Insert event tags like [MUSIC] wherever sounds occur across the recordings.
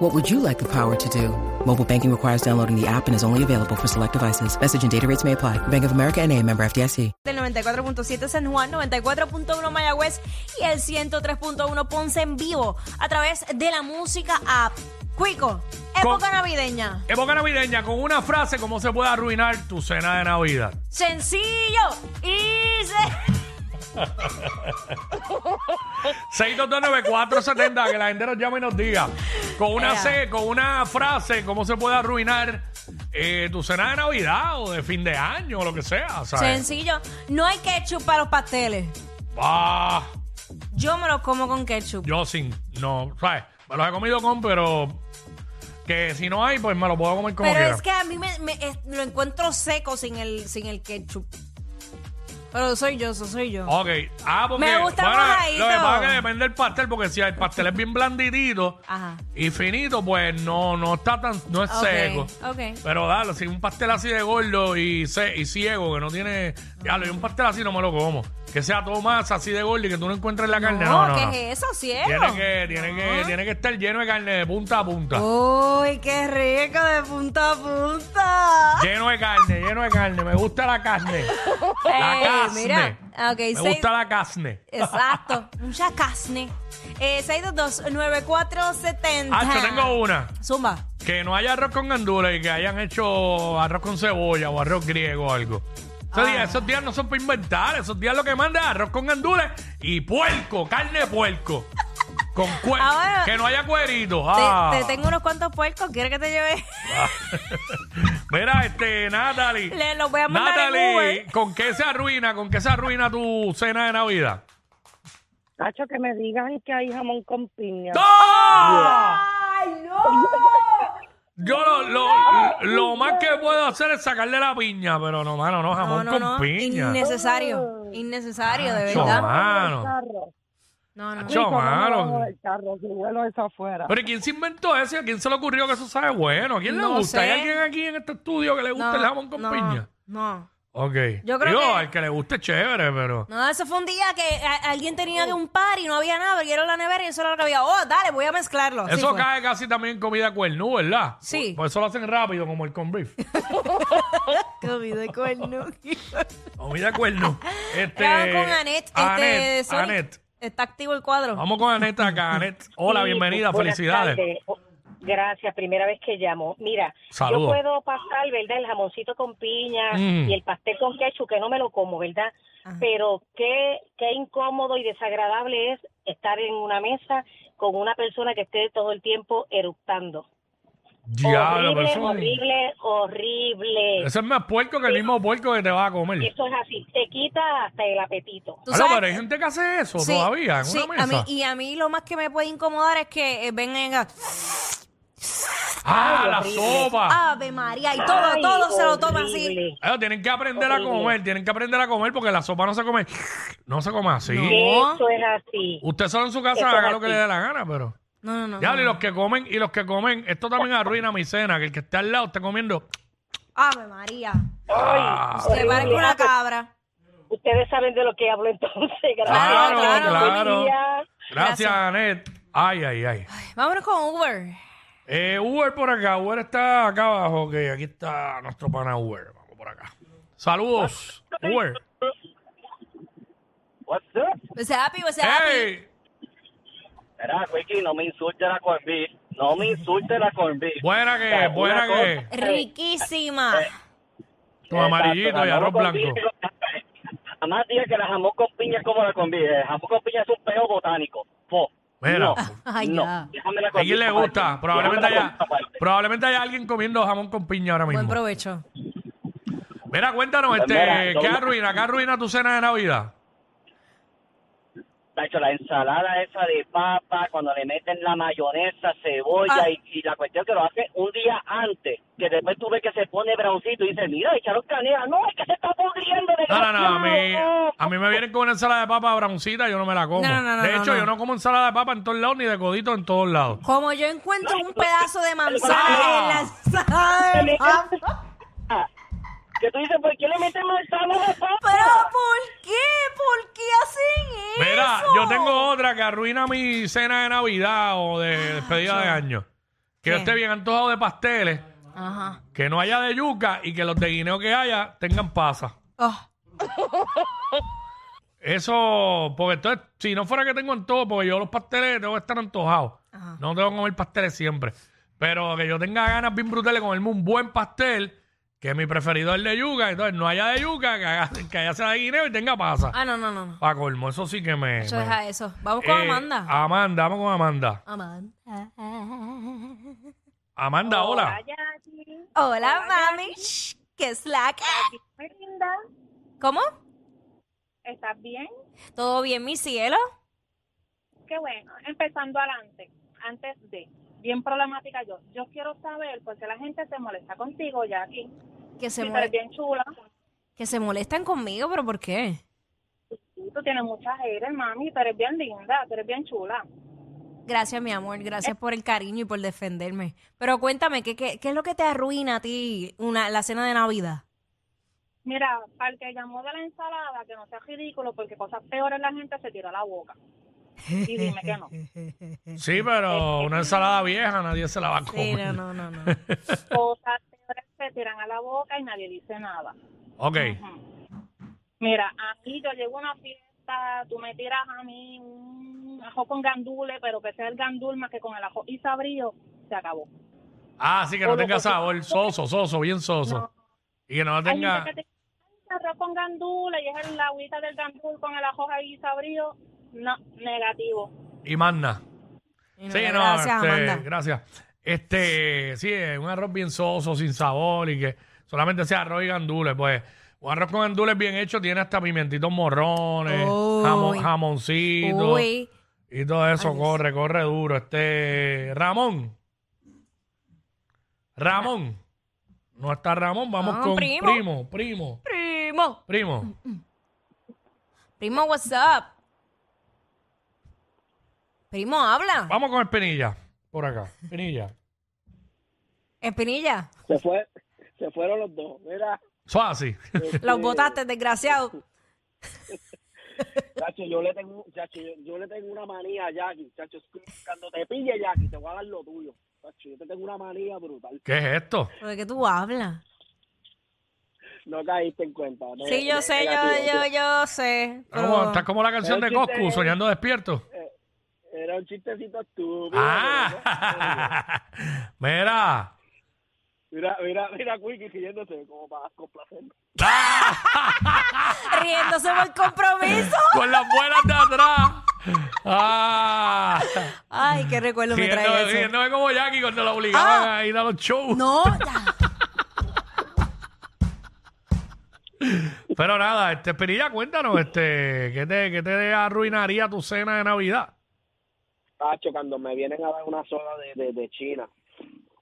What would you like the power to do? Mobile banking requires downloading the app and is only available for select devices. Message and data rates may apply. Bank of America and a member FDIC. del 94.7 San Juan, 94.1 Mayagüez y el 103.1 Ponce en vivo a través de la música app. Cuico, época Con- navideña. Época navideña con una frase cómo se puede arruinar tu cena de Navidad. Sencillo y se... 6229470 que la gente nos llame y nos diga con una Ea. se- con una frase cómo se puede arruinar eh, tu cena de Navidad o de fin de año o lo que sea, ¿sabes? Sencillo. No hay ketchup para los pasteles. Ah, Yo me los como con ketchup. yo sin no, ¿sabes? Me los he comido con pero que si no hay pues me lo puedo comer como Pero quiera. es que a mí me, me- es- lo encuentro seco sin el, sin el ketchup. Pero soy yo, eso soy yo. Ok, ah, porque Me gusta bueno, mojadito. lo que pasa es que depende del pastel, porque si el pastel es bien blanditito Ajá. y finito, pues no, no está tan, no es Ok, Oh, seco. ok. Pero dale, si un pastel así de gordo y, se- y ciego, que no tiene, ya lo un pastel así no me lo como. Que sea todo masa así de gordo y que tú no encuentres la carne, no, no, Oh, ¿qué no. es eso, Ah. cielo? Tiene que, tiene que, tiene que estar lleno de carne de punta a punta. Oh. Uy, qué rico de punta a punta. Lleno de carne, lleno de carne. Me gusta la carne. [LAUGHS] La Ey, carne. mira, ah, ok, me seis- gusta [LAUGHS] la carne. Exacto, mucha casne. Eh, 622-9470. Ah, yo tengo una. Zumba. Que no haya arroz con gandules y que hayan hecho arroz con cebolla o arroz griego o algo. Esos, Ah. días, esos días no son para inventar, esos días lo que manda es arroz con gandules y puerco, carne de puerco. Con cue- [LAUGHS] Ahora- que no haya cuerito. Te- Ah. Te, tengo unos cuantos puercos, ¿quieres que te lleve? [LAUGHS] Mira, este, Natalie. Le los voy a mandar en Natalie, Uber. ¿con qué se arruina? ¿Con qué se arruina tu cena de Navidad? Nacho, que me digan que hay jamón con piña. ¡No! ¡Ay, no! Yo lo, lo- lo más que puedo hacer es sacarle la piña, pero no, mano, no, No, jamón no, con no. piña. Innecesario. Innecesario, de Acho, verdad. mano. Carro. No, no. eh. Acho. Yo, Chico, no me mano. bajo del carro, si bueno es afuera. Pero ¿y ¿quién se inventó eso? ¿Y ¿A quién se le ocurrió que eso sabe bueno? ¿A quién le No gusta? ¿Hay sé. alguien aquí en este estudio que le gusta No, el jamón con no, piña? No. Ok. Yo creo Digo, que- al que le guste chévere, pero... No, eso fue un día que a- alguien tenía que un par y no había nada, porque era la nevera y eso era lo que había. Oh, dale, voy a mezclarlo. Así eso fue. cae casi también en comida cuernú, ¿verdad? pues. Sí. Por, por eso lo hacen rápido, como el [LAUGHS] con beef. Comida de cuerno. comida cuernú. Este, Era con Anet. Este, Anet, Sonic. Anet. Está activo el cuadro. Vamos con Anet acá, Anet. Hola, Sí, bienvenida, buenas felicidades. tardes. Oh, Gracias, primera vez que llamo. Mira, Saludos. yo puedo pasar, ¿verdad? El jamoncito con piña Mm. y el pastel con ketchup, que no me lo como, ¿verdad? Ajá. Pero qué, qué incómodo y desagradable es estar en una mesa con una persona que esté todo el tiempo eructando. Diablo, pero horrible, eso, horrible, horrible. eso es más puerco que el mismo puerco que te vas a comer. Eso es así, te quita hasta el apetito. Tú Claro, sabes- pero hay gente que hace eso Sí, todavía en sí, una mesa. a mí- y a mí lo más que me puede incomodar es que eh, vengan a... Ah, la horrible. sopa. Ave María, y todo, Ay, todo se lo toma así. horrible. Ah, tienen que aprender a horrible. comer, tienen que aprender a comer porque la sopa no se come. No se come así. No. Eso es así. Usted solo en su casa Eso es haga lo que así. le dé la gana, pero. No, no, no. Ya, y no. los que comen, y los que comen, esto también arruina mi cena, que el que está al lado está comiendo. Ave María, Ah, se parece una cabra. Ustedes saben de lo que hablo entonces. Gracias. Claro, claro, Ah. claro. Buen día. gracias, gracias. Anet. Ay, ay, ay. Ay, Vámonos con Uber. Eh, Uber por acá, Uber está acá abajo, que aquí está nuestro pana Uber. Vamos por acá. Saludos, Uber. What's up? What's happy, what's happy. ¡Hey! Era, Quickie, no me insulte la corn beef. No me insulte la corn beef. Buena que, Una buena cosa- que. Riquísima. Con amarillito Exacto, y jamón arroz con blanco. piña. Jamás dije que la jamón con piña es como la corn beef. El jamón con piña es un peo botánico. Fo. Mira. No, [LAUGHS] Ay, no. ya. Déjame la ¿A corn quién beef le aparte. gusta? Déjame Probablemente la corn haya, beef aparte. probablemente haya alguien comiendo jamón con piña ahora Buen mismo. provecho. Mira, cuéntanos, Pues este, mira, ¿qué yo- arruina? ¿Qué arruina tu cena de Navidad? Tacho, la ensalada esa de papa, cuando le meten la mayonesa, cebolla Ah. y, y la cuestión que lo hace un día antes, que después tú ves que se pone browncito y dices, mira, echaron canela. No, es que se está pudriendo de No, no, no, a mí, a mí me vienen con una ensalada de papa brauncita yo no me la como. No, no, no, de no, hecho, no. yo no como ensalada de papa en todos lados ni de codito en todos lados. Como yo encuentro un pedazo de Ah. manzana en la ensalada de papa. Que tú dices, ¿por qué le meten manzana a la papa? ¿Pero por qué? ¿Por qué hacen eso? Mira, yo tengo otra que arruina mi cena de Navidad o de despedida de año. Que yo ¿Qué? esté bien antojado de pasteles, Ajá. que no haya de yuca y que los de guineo que haya tengan pasas. Oh, Eso, porque entonces, si no fuera que tengo antojo, porque yo los pasteles tengo que estar antojado. Ajá. No tengo que comer pasteles siempre. Pero que yo tenga ganas bien brutales de comerme un buen pastel, que mi preferido es el de yuca, entonces no haya de yuca, que haya, que haya sea de guineo y tenga pasa. Ah, no, no, no. no. Pa' colmo, eso sí que me... Eso me- deja eso. Vamos con Eh, Amanda. Amanda, vamos con Amanda. Amanda. Amanda, Oh, hola. Jackie. Hola, mami. Shh, ¿Qué es la que? Muy linda. ¿Cómo? ¿Estás bien? ¿Todo bien, mi cielo? Qué bueno. Empezando adelante, antes de, bien problemática yo. Yo quiero saber por qué la gente se molesta contigo, Jackie. Que se, Si tú mole- eres bien chula. que se molestan conmigo, pero ¿por qué? Sí, Tú tienes muchas haters, mami. Tú eres bien linda, tú eres bien chula. Gracias, mi amor. Gracias por el cariño y por defenderme. Pero cuéntame, ¿qué, qué, qué es lo que te arruina a ti una, la cena de Navidad? Mira, al que llamó de la ensalada, que no sea ridículo, porque cosas peores la gente se tira a la boca. Y dime que no. Sí, pero una ensalada vieja nadie se la va a Sí, comer. no, no, no, [LAUGHS] no. Cosas peores se tiran a la boca y nadie dice nada. Ok. Mira, aquí yo llego a una fiesta, tú me tiras a mí un ajo con gandule, pero que sea el gandul más que con el ajo y sabrío, se acabó. Ah, sí, que no Hola, tenga porque- sabor. Soso, soso, bien soso. Y que no Hay tenga... gente que te "Ay, arroz con gandula y es el agüita del gandul con el ajo ahí y sabrío. No, negativo. Y manna. Y no, sí, no, gracias, este, Amanda. gracias. Este, sí, eh, un arroz bien soso, sin sabor y que solamente sea arroz y gandules, pues. Un arroz con gandules bien hecho tiene hasta pimentitos morrones, Uy. jamón, jamoncito Uy. y todo eso Ay, Dios. corre, corre duro. Este, Ramón. Ramón. No está Ramón, vamos Ah, con primo. primo, primo, Primo. primo. Primo, what's up? Primo, habla. Vamos con Espinilla, por acá. Espinilla. Espinilla, Se, fue, se fueron los dos. Mira, Eso así. [LAUGHS] los botaste, desgraciado. chacho, yo le tengo, chacho, yo, yo le tengo una manía a Jackie. Chacho, es que cuando te pille Jackie, te voy a dar lo tuyo. Chacho, yo te tengo una manía brutal. ¿Qué es esto? ¿Pero de qué tú hablas? No caíste en cuenta. Ne- Sí, yo ne- sé, yo, Eh, negativo. yo, yo sé. Está como, Pero... Ah, está como la canción de Pero sí Coscu, te- soñando despierto. Era un chistecito estúpido. Ah, [LAUGHS] mira. Mira, mira, mira, Quickie riéndose como para complacer. Riéndose por compromiso. Con las buenas de atrás. [LAUGHS] Ah, Ay, qué recuerdo me riéndome, trae eso. riéndome como Jackie cuando la obligaban Ah. a ir a los shows. No, ya. Pero nada, este Espinilla, cuéntanos, este, ¿qué te, qué te arruinaría tu cena de Navidad? Tacho, cuando me vienen a dar una soda de, de, de China.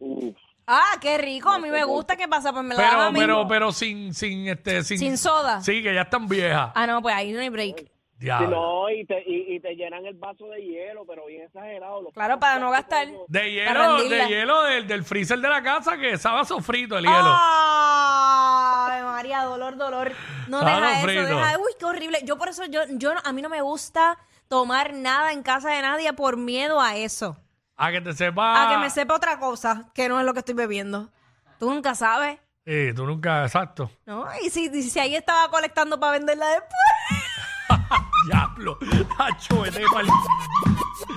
Uf. Ah, qué rico. A mí me gusta que pasa, pues me la daba a Pero, mí. pero, pero sin, sin, este, sin, Sin soda. Sí, que ya están viejas. Ah, no, pues ahí no hay break. Ah, Ya. Sí, no, y te, y, y te llenan el vaso de hielo, pero bien exagerado. Los Claro, para no gastar. De Para hielo, rendirla. Ah. de hielo del, del freezer de la casa que sabe a sofrito el hielo. Ay, María, dolor, dolor. No Estaba deja eso, frito. deja. Uy, qué horrible. Yo por eso, yo, yo, no- a mí no me gusta tomar nada en casa de nadie por miedo a eso. A que te sepa. A que me sepa otra cosa que no es lo que estoy bebiendo. Tú nunca sabes, Sí, tú nunca, exacto. ¿no? Y si, y si ahí estaba colectando para venderla después. Diablo. Tacho, vete pa'l-